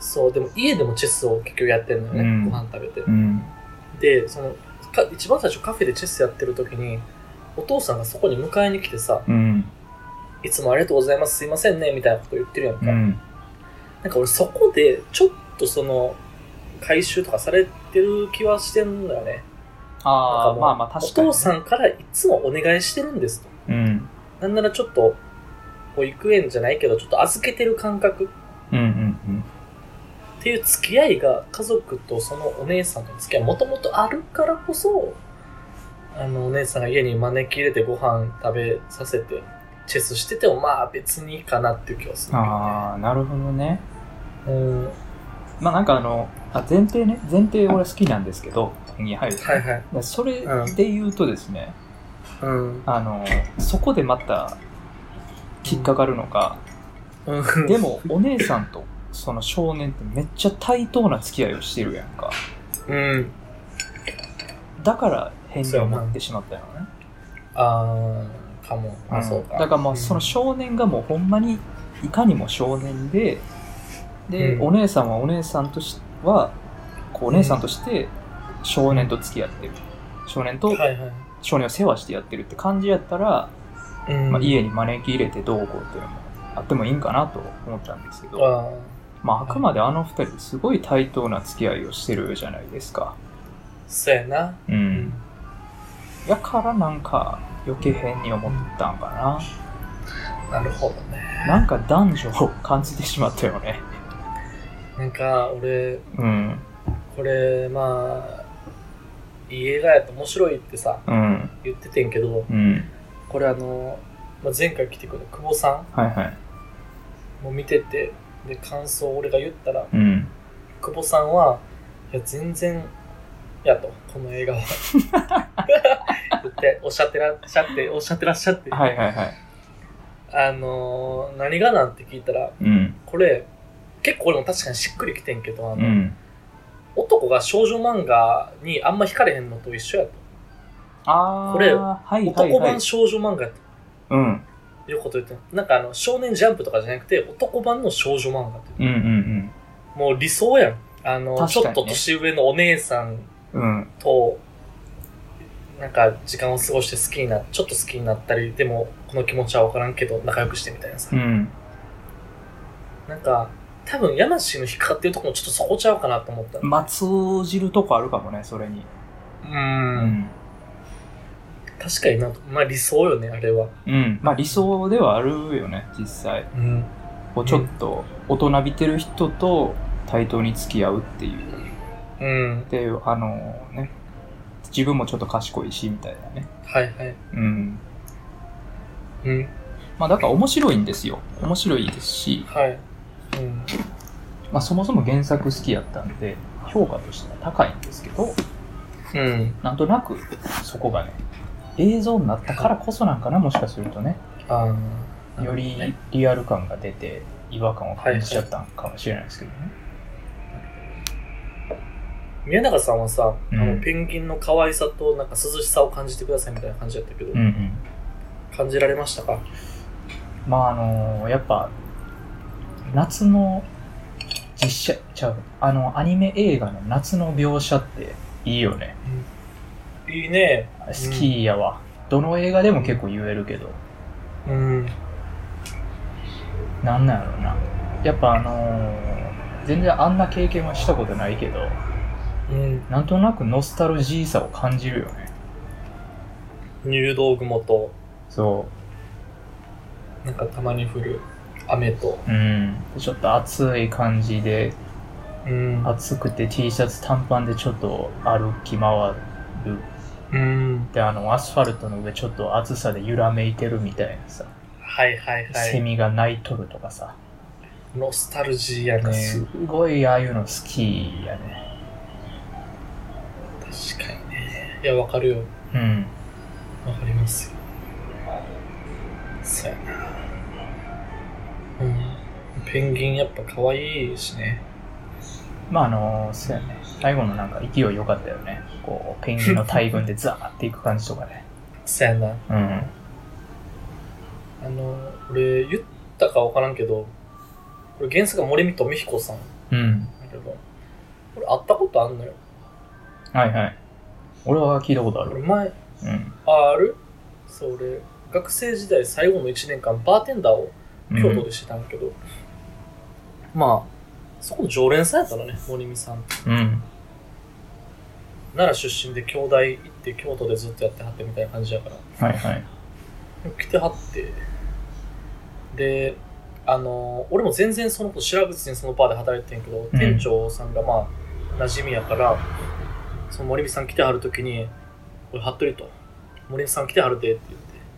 S2: そう、でも家でもチェスを結局やってんのよね、
S1: うん
S2: ご飯食べて。
S1: うん。
S2: でそのか一番最初カフェでチェスやってる時にお父さんがそこに迎えに来てさ
S1: うん。
S2: 「いつもありがとうございますすいませんね」みたいなこと言ってるやん
S1: う
S2: か、
S1: ん。
S2: なんか俺そこでちょっとその回収とかされてる気はしてんだよね
S1: あ
S2: なんか
S1: あ、
S2: もう
S1: まあまあ確かに。
S2: お父さんからいつもお願いしてるんですと
S1: うん。
S2: なんならちょっと保育園じゃないけどちょっと預けてる感覚
S1: うんうん
S2: っていう付き合いが家族とそのお姉さんの付き合いもともとあるからこそあのお姉さんが家に招き入れてご飯食べさせてチェスしててもまあ別にいいかなっていう気がす
S1: うん。
S2: る
S1: ああ、なるほどね。
S2: あうんは
S1: まあなんかあの、あ前提ね、前提俺好きなんですけど、に入る。
S2: いはい
S1: でそれで言うとですね、
S2: うん
S1: あの、そこでまた引っかかるのが、
S2: うん
S1: でもお姉さんとその少年ってめっちゃ対等な付き合いをしてるやんか。
S2: うん
S1: だから変に思ってしまったよね。
S2: ああかもあそうか
S1: だからもう
S2: うん
S1: その少年がもうほんまにいかにも少年でで、
S2: うん
S1: お姉さんはお姉さんとしはこうお姉さんとして少年と付き合ってる少年と
S2: はいはい
S1: 少年を世話してやってるって感じやったら、
S2: うん
S1: まあ、家に招き入れてどうこうっていうのもあってもいいんかなと思ったんですけど、
S2: ああ
S1: まあ、あくまであの二人すごい対等な付き合いをしてるじゃないですか。
S2: そうやな
S1: う、
S2: うん
S1: やからなんか余計変に思ったんかな。
S2: なるほどね
S1: なんか男女を感じてしまったよね。
S2: なんか俺
S1: うん。
S2: これまあいい映画やと面白いってさ
S1: うん。
S2: 言っててんけど
S1: うん。
S2: これあの、まあ、前回来てくれた久保さ
S1: はいはい。
S2: んも見ててで感想を俺が言ったら
S1: うん。
S2: 久保さんはいや全然やとこの映画は言っておっしゃってらっしゃっておっしゃってらっしゃってあ
S1: はいはいはい。
S2: のー何がなんて聞いたら
S1: うん。
S2: これ結構俺も確かにしっくりきてんけど、あ
S1: う
S2: の
S1: ん。
S2: 男が少女漫画にあんま惹かれへんのと一緒やと。
S1: あー、
S2: これ
S1: はいはい
S2: 男
S1: はい
S2: 版。少女漫画って
S1: うん。
S2: いうこと言ってんなんかあの、少年ジャンプとかじゃなくて、男版の少女漫画って。
S1: うんうん
S2: もう理想やん。あの、
S1: 確か
S2: ち
S1: に
S2: ょ
S1: ね
S2: っと年上のお姉さん
S1: うん。うん。
S2: と、なんか時間を過ごして好きにな、ちょっと好きになったり、でもこの気持ちはわからんけど仲良くしてみたいなさ。
S1: うん。
S2: なんか、多分山氏の引っかかってるとこもちょっとそこちゃうかなと思った。
S1: まあ、通じるとこあるかもね、それに。
S2: う。。
S1: うん
S2: 確かにな、まあ理想よね、あれは。
S1: うん。まあ、理想ではあるよね、実際。
S2: うん。
S1: こうちょっと、大人びてる人と対等に付き合うっていう。
S2: うん。
S1: で、あのね、自分もちょっと賢いし、みたいなね。
S2: はいはい。
S1: うん。
S2: うん。
S1: まあ、だから面白いんですよ。面白いですし、
S2: はい。うん。
S1: まあ、そもそも原作好きやったんで、評価としては高いんですけど、
S2: うん。
S1: なんとなく、そこがね、映像になったからこそなんかな、もしかするとね。
S2: あー
S1: よりリアル感が出て違和感を感じちゃったんかもしれないですけどね。
S2: 宮永さんはさ、
S1: うん
S2: あのペンギンの可愛さとなんか涼しさを感じてくださいみたいな感じだったけど、
S1: うんうん
S2: 感じられましたか
S1: まああのやっぱ夏の実写ちゃうあのアニメ映画の夏の描写っていいよね。
S2: いいね。
S1: 好きやわ。どの映画でも結構言えるけど。
S2: うん。
S1: なんなんやろうな。やっぱあの全然あんな経験はしたことないけど、
S2: うん。
S1: なんとなくノスタルジーさを感じるよね。
S2: 入道雲と、
S1: そう。
S2: なんかたまに降る雨と。
S1: うん。ちょっと暑い感じで、
S2: うん
S1: 暑くて T シャツ短パンでちょっと歩き回る
S2: うん。
S1: であのアスファルトの上ちょっと暑さで揺らめいてるみたいなさ、
S2: はいはいは
S1: セ
S2: い。
S1: ミが鳴いとるとかさ
S2: ノスタルジーや
S1: なんか
S2: ね。
S1: すごいああいうの好きやね
S2: 確かにね。いや、わかるよ。
S1: うん
S2: わかりますよ。そうやな。うん。ペンギンやっぱ可愛いしね。
S1: まああのそうやね最後のなんか勢い良かったよねこうペンギンの大群でザーっていく感じとかね
S2: そうやな。
S1: うん
S2: あの、俺言ったかわからんけど、これ原作が森見富彦さん
S1: うん
S2: だけど、俺会ったことあんのよ。
S1: はいはい俺は聞いたことあ
S2: 俺
S1: る
S2: 前、
S1: うん
S2: ああるそう、俺、学生時代最後の1年間バーテンダーを
S1: うん
S2: 京都でしてたんやけど、まあ、そこの常連さんやったのね、森見さん。
S1: うん
S2: 奈良出身で京大行って京都でずっとやってはってみたいな感じやから。
S1: はいはい
S2: 来てはってであの俺も全然そのこと知らずにそのバーで働いてんけど、
S1: うん
S2: 店長さんがまあ馴染みやからその森美さん来てはる時に「俺服部と森美さん来てはるで」って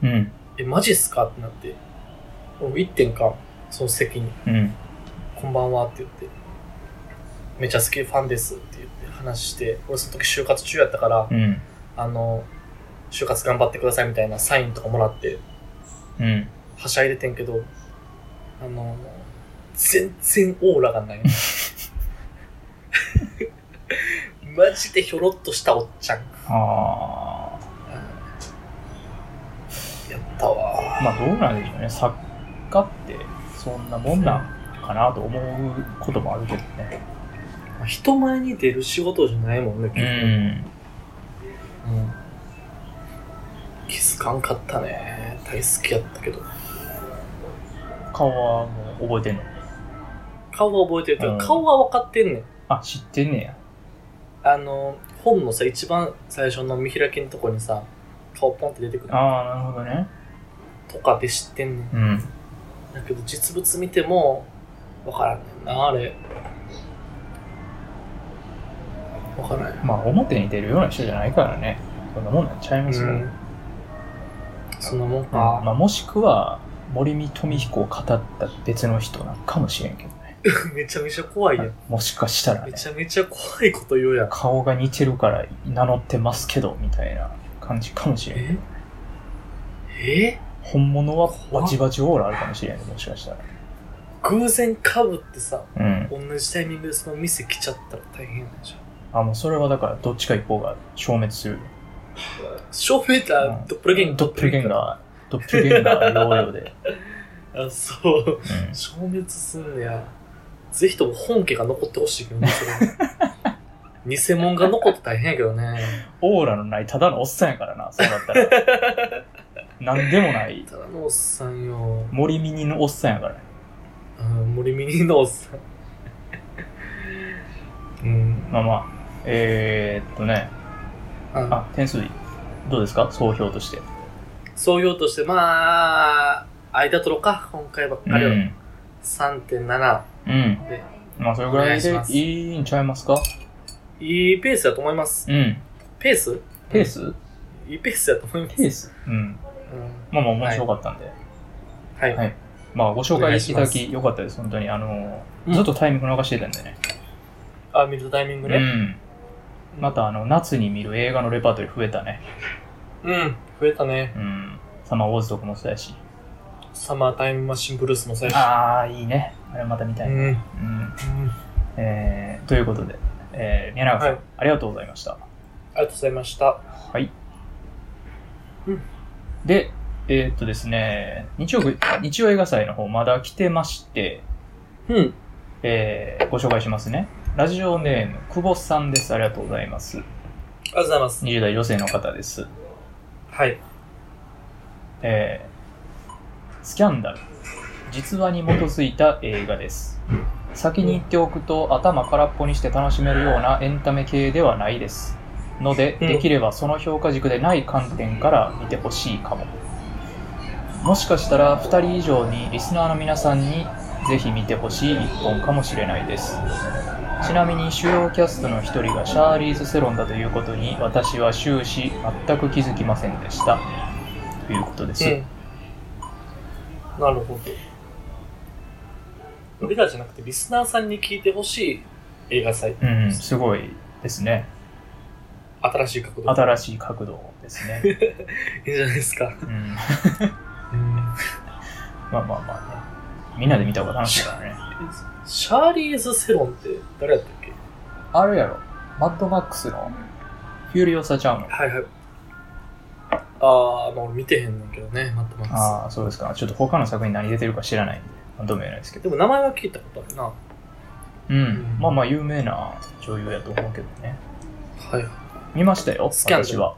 S2: 言っ
S1: うん
S2: て「えマジっすか?」ってなって俺も行ってんかその席に
S1: うん
S2: 「こんばんは」って言って「めちゃ好きファンです」って言って話して俺その時就活中やったから
S1: うん
S2: あの就活頑張ってくださいみたいなサインとかもらって
S1: うん
S2: はしゃいでてんけど、あの、全然オーラがない。 マジでひょろっとしたおっちゃん。
S1: ああ
S2: やったわ。
S1: まあどうなんでしょうね作家ってそんなもんなんかなと思うこともあるけどね
S2: 人前に出る仕事じゃないもんね、うん気づかんかったね。大好きやったけど。
S1: 顔はもう覚えてんの
S2: 顔は覚えてるけど、
S1: うん
S2: 顔は分かってんねん。
S1: あ知ってんねや
S2: あの、本のさ、一番最初の見開きのとこにさ、顔ポンって出てくる
S1: ああなるほどね
S2: とかで知ってんねん。
S1: うん
S2: だけど実物見ても分からんねんなあれ分からんよ
S1: まあ表に出るような人じゃないからねそんなもんなんちゃいますよ、うん
S2: そんなもんか、
S1: まあ、もしくは森見富彦を語った別の人なんかもしれんけどね
S2: めちゃめちゃ怖いやん、
S1: もしかしたらね
S2: めちゃめちゃ怖いこと言うやん
S1: 顔が似てるから名乗ってますけどみたいな感じかもしれん
S2: ええ
S1: 本物はバチバチオーラあるかもしれんねもしかしたら
S2: 偶然かぶってさ、
S1: うん。
S2: 同じタイミングでその店来ちゃったら大変なんじゃん。
S1: あ、もうそれはだから、どっちか一方が消滅する。
S2: 消費だ、ドップルゲンガー
S1: ドッペルゲンガー、ドッペルゲンガー療養で。
S2: あ、そう。
S1: うん
S2: 消滅すんねや。ぜひとも本家が残ってほしいけどね、それ。偽物が残って大変やけどね。
S1: オーラのないただのおっさんやからな、そうだったら。 なんでもない、
S2: ただのおっさんよ。
S1: 森ミニのおっさんやからね。
S2: うん、森ミニのおっさん。うん。
S1: まあまあ、えー、っとね、
S2: あ
S1: あ、点数どうですか総評として。
S2: 創業として、まあ、間取ろうか、今回ばっかりは。
S1: うん。
S2: 3.7。
S1: うん
S2: で。
S1: まあ、それぐらいで
S2: お願いします
S1: いいんちゃいますか
S2: いいペースだと思います。
S1: うん。
S2: ペース
S1: ペース
S2: いいペースだと思います。
S1: ペースうん。
S2: うん
S1: まあまあ、面白かったんで。
S2: はい。
S1: はいまあ、ご紹介いただ
S2: お願いし
S1: き、よかったです、本当に。あの
S2: う
S1: ー、
S2: ん
S1: ずっとタイミング逃してたんでね。
S2: あ、見るタイミング
S1: う
S2: ね。
S1: ん。また、あの、夏に見る映画のレパートリー増えたね。
S2: うん、増えたね。
S1: うん。サマーウォーズとかもそうやし。
S2: サマータイムマシンブルースも最初。
S1: ああ、いいね。あれまた見た
S2: う
S1: い
S2: ん。
S1: ね。
S2: うん
S1: うん。えー、ということで、えー、宮永さん、
S2: はい
S1: ありがとうございました。
S2: ありがとうございました。
S1: はい。
S2: うん
S1: で、えーっとですね、日曜日、日曜映画祭の方まだ来てまして、
S2: うん。
S1: えー、ご紹介しますね。ラジオネーム、久保さんです。ありがとうございます。
S2: ありがとうございます。
S1: 20代女性の方です。
S2: はい。
S1: えースキャンダル。実話に基づいた映画です。先に言っておくと頭空っぽにして楽しめるようなエンタメ系ではないです。ので、
S2: うん
S1: できればその評価軸でない観点から見てほしいかも。もしかしたら2人以上にリスナーの皆さんにぜひ見てほしい一本かもしれないです。ちなみに主要キャストの一人がシャーリーズ・セロンだということに私は終始全く気づきませんでした。ということです。
S2: うん。なるほど。俺らじゃなくて、リスナーさんに聞いてほしい映画祭。
S1: うん、すごいですね。
S2: 新しい角度。
S1: 新しい角度ですね。
S2: いいじゃないですか。
S1: うん、
S2: うん。
S1: まあまあまあね。みんなで見た方が楽しいからね。
S2: シャーリーズ・セロンって誰やったっけ
S1: あれやろ、マッドマックスのフューリオサちゃうの。
S2: はいはい。あー、まあ俺見てへんねんけどね、マットマックス。
S1: ああ、そうですか。ちょっと他の作品何出てるか知らないんで、なんとも言えないですけど。
S2: でも名前は聞いたことあるな。は
S1: うん。まあまあ、有名な女優やと思うけどね。
S2: い。
S1: 見ましたよ、
S2: スキャンダル
S1: 私は。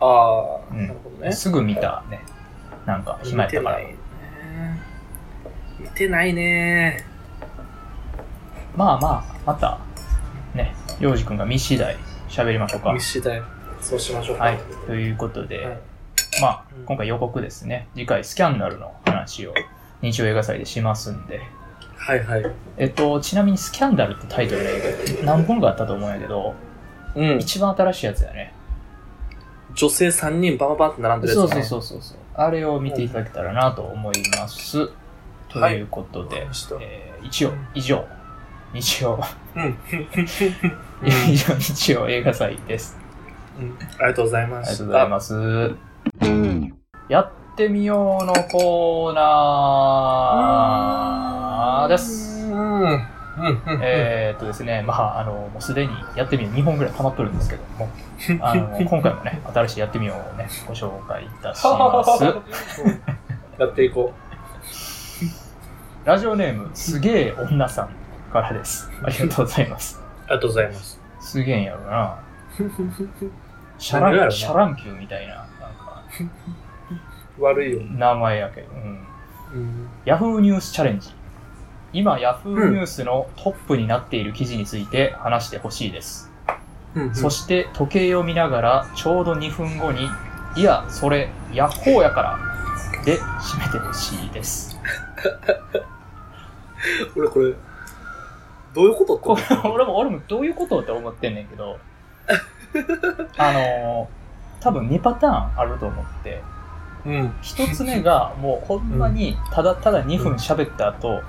S2: あー、
S1: うん
S2: なるほどね。
S1: すぐ見たね。なんか、暇やっ
S2: 見
S1: た
S2: て
S1: か
S2: な
S1: ら
S2: い。ね。見てないね。
S1: まあまあ、また、ね、りょうじくんが見次第喋りましょうか
S2: 見。次第。そうしましょうか。
S1: はい。ということで、
S2: はい
S1: まあ
S2: うん、
S1: 今回予告ですね。次回、スキャンダルの話を日曜映画祭でしますんで。
S2: はいはい。
S1: えっと、ちなみにスキャンダルってタイトルで何本かあったと思うんやけど、
S2: うん。
S1: 一番新しいやつだよね。
S2: 女性3人バババンって並んでるや
S1: そう
S2: つ、ね。
S1: そうそうそうそう。あれを見ていただけたらなと思います。ということ
S2: わか
S1: で
S2: りました、
S1: えー一応、以上、日曜、
S2: うん。うん
S1: 以上、日曜映画祭です。
S2: うんありがとうございま
S1: ありが
S2: し
S1: と
S2: た。
S1: うございます。やってみようのコーナーです。
S2: うん。うん。うん。
S1: えーっとですね、まあ、あの、もうすでにやってみよう2本ぐらい溜まっとるんですけども、あの、今回もね、新しいやってみようをね、ご紹介いたし ます。
S2: やっていこ
S1: ラジオネーム、すげえ女さんからです。ありがとうございます。
S2: う。ありがとうございます。
S1: すげえんやろな。シャ
S2: 何が
S1: ラン、
S2: やろな
S1: シャランキューみたいな、なんか、
S2: 悪いよ。
S1: 名前やけど、うん。
S2: うん。
S1: ヤフーニュースチャレンジ。今、ヤフーニュースのトップになっている記事について話してほしいです。
S2: うん
S1: そして、時計を見ながら、ちょうど2分後に、いや、それ、ヤッホーやから、で、締めてほしいです。
S2: 俺これ、どういうことって
S1: こ俺も、俺もどういうことって思ってんねんけど、あのー、多分2パターンあると思って、
S2: うん。
S1: 1つ目が、もうほんまに、ただただ2分喋った後、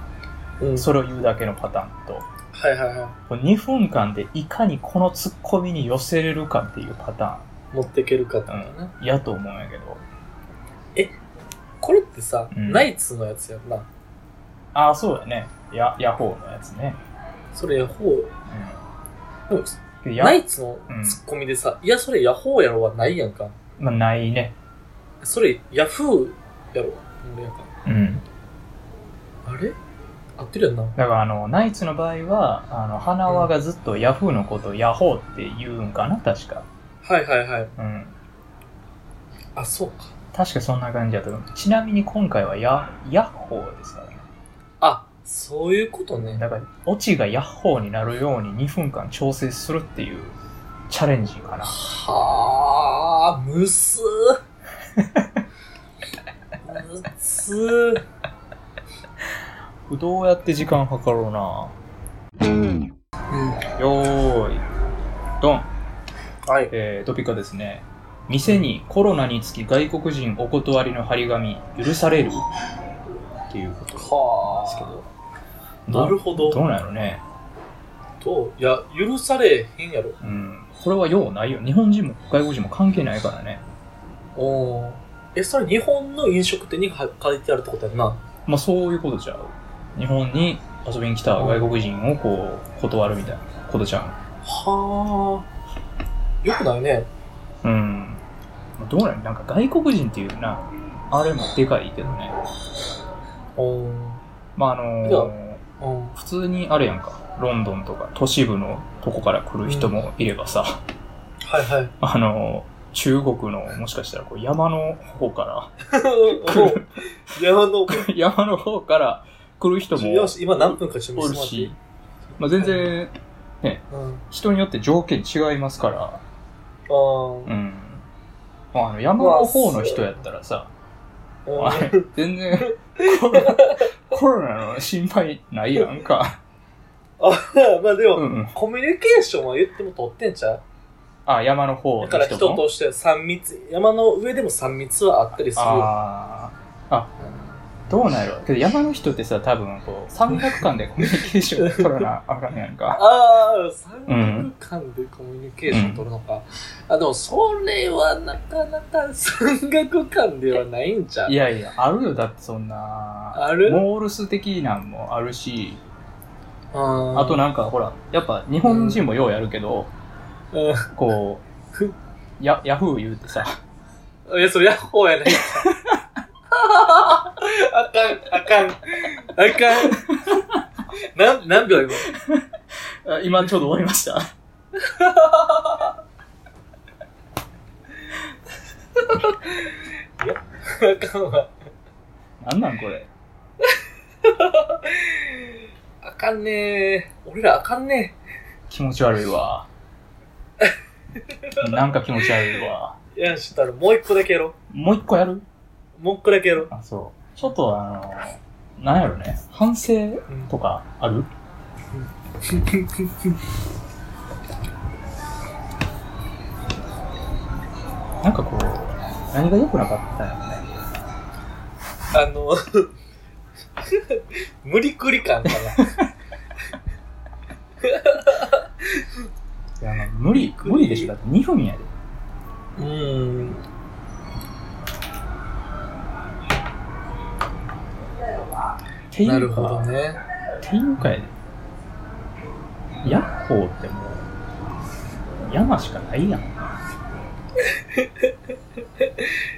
S2: うん。
S1: それを言うだけのパターンと、
S2: はいはいは
S1: 2分間でいかにこのツッコミに寄せれるかっていうパタ
S2: い。持っていけるかってこと
S1: ー
S2: ね。
S1: ンやと思うんやけど
S2: これってさ、
S1: うん
S2: ナイツのやつやんな。
S1: ああ、そうだね。や、ヤホーのやつね。
S2: それヤホー、でも
S1: うん。や
S2: ナイツの
S1: うん
S2: ツッコミでさ、いや、それヤホーやろはないやんか。
S1: まあ、ないね。
S2: それヤフーやろ俺やんか。
S1: うん。
S2: あれ合ってるやんな。
S1: だから、あの、ナイツの場合は、あの、花輪がずっとヤフーのことをヤホーって言うんかな、確か。
S2: はいはいはい。
S1: うん。
S2: あ、そうか。
S1: 確かそんな感じだと思う。ちなみに今回はヤ、ヤッホーですからね。
S2: あ、そういうことね。
S1: だから、オチがヤッホーになるように2分間調整するっていうチャレンジかな。
S2: はあ、むすー。むすー。
S1: どうやって時間計ろうな。
S2: うん。
S1: よーい。ドン。
S2: はい。
S1: えートピックはですね、店にコロナにつき外国人お断りの張り紙、許されるっていうことですけ
S2: はあ。
S1: ど。
S2: なるほど。
S1: どうなんやろね。
S2: と、いや、許されへんやろ。
S1: うん。これはようないよ。日本人も外国人も関係ないからね。
S2: おーえ、それ日本の飲食店に書いてあるってことやんな。
S1: まあそういうことちゃう。日本に遊びに来た外国人をこう、断るみたいなことちゃ
S2: はあ。よくないね。
S1: う。うん。まあどうなんやなんか外国人っていうな、あれもでかいけどね。
S2: おー
S1: まああの
S2: じゃ
S1: ー、
S2: うん。
S1: 普通にあれやんかロンドンとか都市部のとこから来る人もいればさ、
S2: はいはい。
S1: あの中国のもしかしたらこう山の方か
S2: おう山の、
S1: ら 山の方から来る人も
S2: よし、今何分かちょっと
S1: お
S2: 見
S1: る
S2: せても
S1: し
S2: ら、
S1: まあ、全然
S2: っていい。うん。
S1: 人によって条件違いますから、
S2: あー
S1: うんまあ、あの山の方の人やったらさ
S2: うん
S1: あ れ全然コロナ コロナの心配ないやんか、
S2: あ、まあでも、
S1: うん、
S2: コミュニケーションは言っても取ってんちゃう
S1: あ山の方の
S2: だ
S1: 人
S2: か
S1: も
S2: ら人として3密、山の上でも3密はあったりする。
S1: あああどうなんやろけど山の人ってさ多分こう山岳間でコミュニケーション取らなあかんやん か
S2: ああ、3学間でコミュニケーション取るのか。あ、でもそれはなかなか3学間ではないんちゃう
S1: いやいやあるよだってそんな
S2: ある
S1: モールス的なんもあるし
S2: あ
S1: あと、なんかほらやっぱ日本人もようやるけど、
S2: う
S1: こうやヤフー言うてさ
S2: ん。いや、それヤッホーやねん。 あかん、あかん、あかん。なん何秒今
S1: あ今ちょうど終わりました
S2: あかんわ。
S1: なんなんこれ
S2: あかんねー。俺らあかんね
S1: 気持ち悪い わなんか気持ち悪いわ
S2: ー。いや、ちょっとあの、もう一個だけやろ
S1: もう一個やる
S2: う。もう一個だけやろう。
S1: あ、そう。ちょっとあの、なんやろね、反省
S2: うん
S1: とかあるなんかこう、何が良くなかったんやろね。
S2: あの、 無理くり感かな。
S1: いやあの無理、無理でしょ。だって2分やで。
S2: うーん。
S1: ていうか
S2: なるほど。ね。
S1: ていうかやで。ヤッホーってもう、山しかないやん。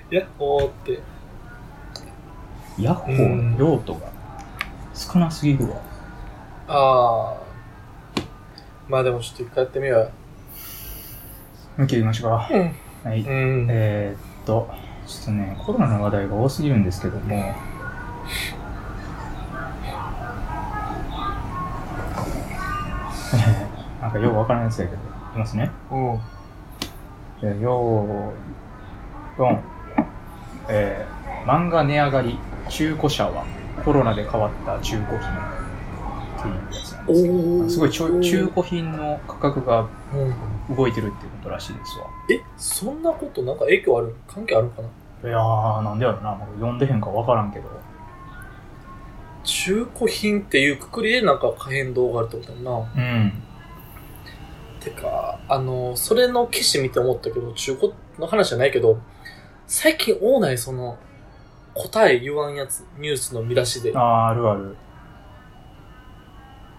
S2: ヤッホーって。
S1: ヤッホーの用途が少なすぎるわ。
S2: ああ。まあでもちょっと一回やってみよ
S1: 向きましょうか。
S2: う。うん。
S1: はい。
S2: うん。
S1: えーっと、ちょっとね、コロナの話題が多すぎるんですけども、 なんかようわからないやつやけど、いきますね。
S2: うん。
S1: じゃあよーい、ドン。えー、漫画値上がり、中古車はコロナで変わった中古品っていうやつなんですけ
S2: お
S1: ど、すごいちょ中
S2: 古、
S1: 古品の価格が
S2: うん。
S1: 動いてるっていうことらしいですわ。
S2: え、そんなことなんか影響ある関係あるのかない
S1: やー、なんでやろな、僕読んでへんからわからんけど。
S2: 中古品っていうくくりでなんか可変動があるってことやんな。
S1: うん。
S2: てか、あの、それの記事見て思ったけど、中古の話じゃないけど、最近多ないその、答え言わんやつ、ニュースの見出しで。
S1: あーあるある。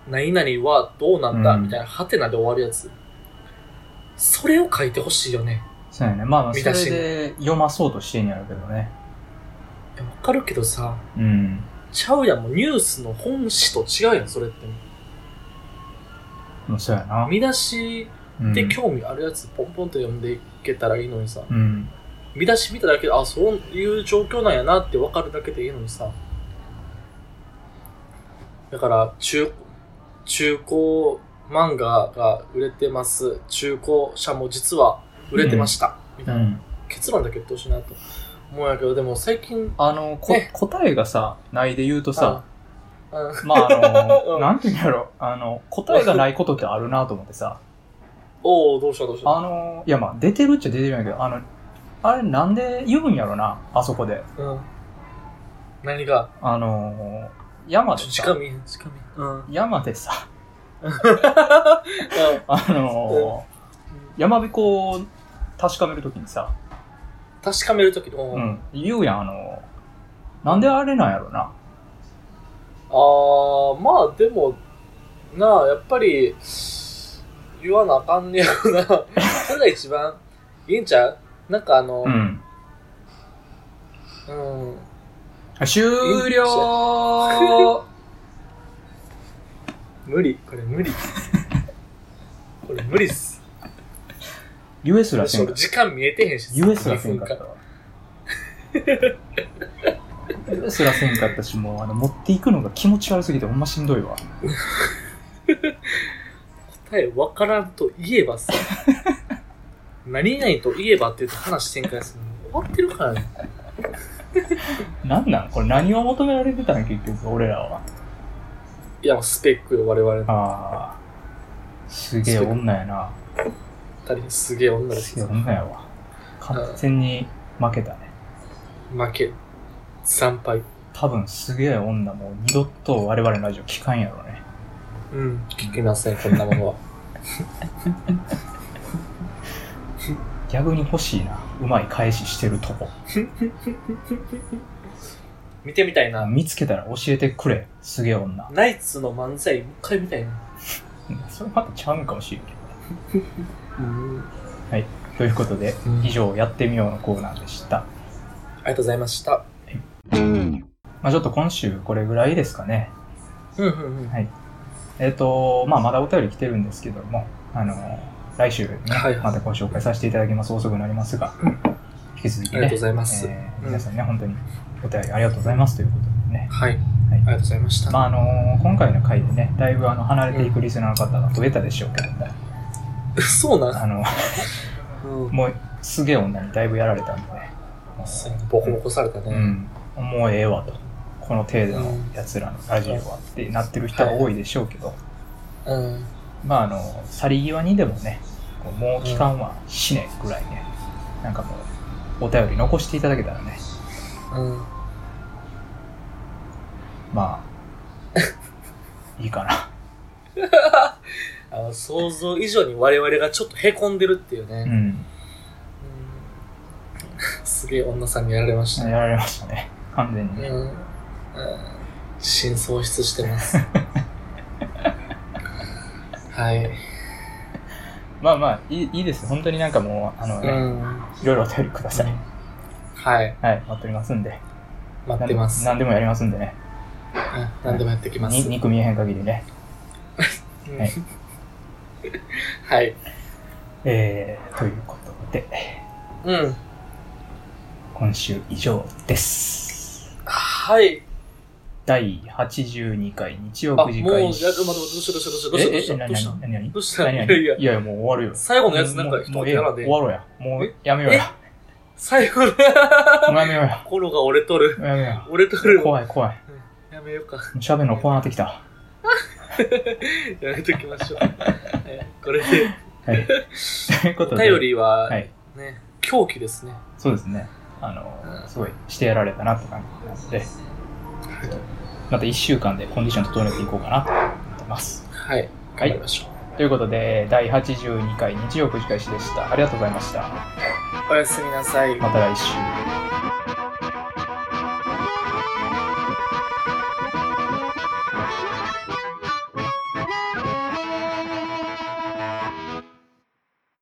S2: 何々はどうなんだ
S1: うん
S2: みたいな、ハテナで終わるやつ。それを書いてほしいよね。
S1: そうやね。まあまあ、
S2: 見
S1: そ
S2: 出
S1: れ
S2: し
S1: で読まそうとしてんやろうけどね。
S2: いやわかるけどさ、
S1: うん。
S2: ちゃうやん、もうニュースの本紙と違うやん、それって。
S1: もうそうやな。
S2: 見出し
S1: うん
S2: で興味あるやつ、ポンポンと読んでいけたらいいのにさ、
S1: うん。
S2: 見出し見ただけで、あ、そういう状況なんやなってわかるだけでいいのにさ。だから、中、中古漫画が売れてます。中古車も実は売れてました。み
S1: う
S2: たいな、
S1: ん。
S2: 結論だけ言ってほしいなと思うんやけど、でも最近、
S1: あの、こ
S2: ね
S1: 答えがさ、ないで言うとさ、
S2: あ、うん
S1: まあ、あ
S2: う
S1: の、
S2: ん
S1: なんて言うんやろ、あの、答えがないことってあるなと思って さ、
S2: おおどうしたどうした。
S1: あの、いやまあ、出てるっちゃ出てるんやけど、あの、あれなんで言うんやろな、あそこで。
S2: うん。何が
S1: あの、山で
S2: ちょ、
S1: さ、
S2: 近見えへん、近見えへん。うん。
S1: 山でさ、
S2: うん
S1: あの、山彦を確かめるときにさ、
S2: 確かめるときの、
S1: う
S2: あ
S1: ん、言うやん、あの、なんであれなんやろな。
S2: あまあでもなあやっぱり言わなあかんねやろな それが一番いいんちゃうなんかあの
S1: う、ん。
S2: うん
S1: 終 了
S2: 無理これ無理これ無理っす
S1: ゆえすら
S2: 私
S1: せんか
S2: 俺
S1: った。
S2: 時間見えてへんし
S1: ゆえすらせんかっ
S2: 2
S1: た
S2: 分
S1: わ。ゆえすらせんかったし、もうあの持っていくのが気持ち悪すぎてほんましんどいわ。
S2: 答え分からんと言えばさ何々と言えばって言うと話展開するの終わってるからね
S1: なんなんこれ何を求められてたん結局、俺らは。
S2: いやもうスペックよ我々の
S1: ああ。すげえ女やな。
S2: 二人すげえ女です
S1: すげえ
S2: よ
S1: 女やわ。完全に負けたね。
S2: 負け惨敗
S1: 多分すげえ女もう二度と我々のラジオ聞かんやろね。
S2: うん、聞きません、こんなものは。
S1: 逆に欲しいな。うまい返ししてるとこ。
S2: 見てみたいな。
S1: 見つけたら教えてくれ。すげえ女。
S2: ナイツの漫才、もう一回見たいな。
S1: それまたちゃうんかもしれんけど。
S2: うん。
S1: ということで、
S2: うん
S1: 以上、やってみようのコーナーでした。
S2: ありがとうございました。
S1: まあ、ちょっと今週これぐらいですかね。
S2: うんうんうん。
S1: えっ、と、まあ、まだお便り来てるんですけども、あの、来週ね、
S2: はい
S1: またご紹介させていただきます。遅くなりますが、引き続き
S2: ありがとうご
S1: ね、
S2: ざいます。
S1: えー
S2: うん
S1: 皆さんね、本当にお便りありがとうございますということでね。
S2: はい。あ
S1: はい
S2: りがとうございました。
S1: まあ、あの今回の回でね、だいぶあの離れていくリスナーの方が増えたでしょうけども、
S2: そうな
S1: あの、
S2: ん。うん。
S1: もう、すげえ女にだいぶやられたんでね。
S2: ボコボコされた
S1: う
S2: ね。
S1: ん、もうええわとこの程度のやつらのラジオはってなってる人は多いでしょうけど、
S2: うん。
S1: まああの去り際にでもねこうもう期間は死ねぐらいね、なんかもうお便り残していただけたらね
S2: うん。
S1: まあいいかな
S2: あの、想像以上に我々がちょっと凹んで るっていう
S1: う
S2: ね。
S1: ん
S2: うんすげえ女さんにやられまし
S1: や
S2: たね。
S1: られましたね完全
S2: う
S1: に、
S2: ん。うん真喪失し てます。はい。
S1: まあまあいいいいです本当になんかもうあのね、
S2: うん。
S1: いろいろお便りください、
S2: はい。
S1: はい待っておりますんで
S2: 待ってます。
S1: 何でもやりますんでね
S2: うん何でもやってきます。
S1: に肉見えへん限りね
S2: うん
S1: はい
S2: はい。
S1: えー、ということで
S2: うん。
S1: 今週以上です。
S2: はい。
S1: 第82回日曜
S2: あ、も
S1: 9
S2: う、
S1: 時
S2: や、
S1: 会
S2: 待って、待って、どうした、どうした、どう
S1: え、え、
S2: した、どうした、どうした。
S1: 何何
S2: どうした
S1: 何
S2: い
S1: 何
S2: やいや
S1: いやいや、もう終わるよ。
S2: 最後のやつなんか一
S1: もうもう
S2: 言
S1: ええ
S2: やら
S1: わ
S2: んで
S1: 終わろうや。もうやめようや。
S2: 最後の、
S1: もうやめようや。
S2: 心が折れとる。
S1: もうやめよ
S2: 折れと
S1: うや。
S2: る。
S1: 怖い怖い。も
S2: やめようか。
S1: う喋るの怖なってきた。
S2: やめときま しょう。はいこれで、
S1: はい。というこ
S2: お
S1: とで。
S2: 便りは
S1: は、い。
S2: ね、狂気ですね。
S1: そうですね。あの、すごいしてやられたなって感じなので、また1週間でコンディション整えていこうかなと思ってます。
S2: はい。
S1: はい
S2: 頑張りましょ
S1: ということで、第82回日曜9時開始でした。ありがとうございました。
S2: う。おやすみなさい。
S1: また来週。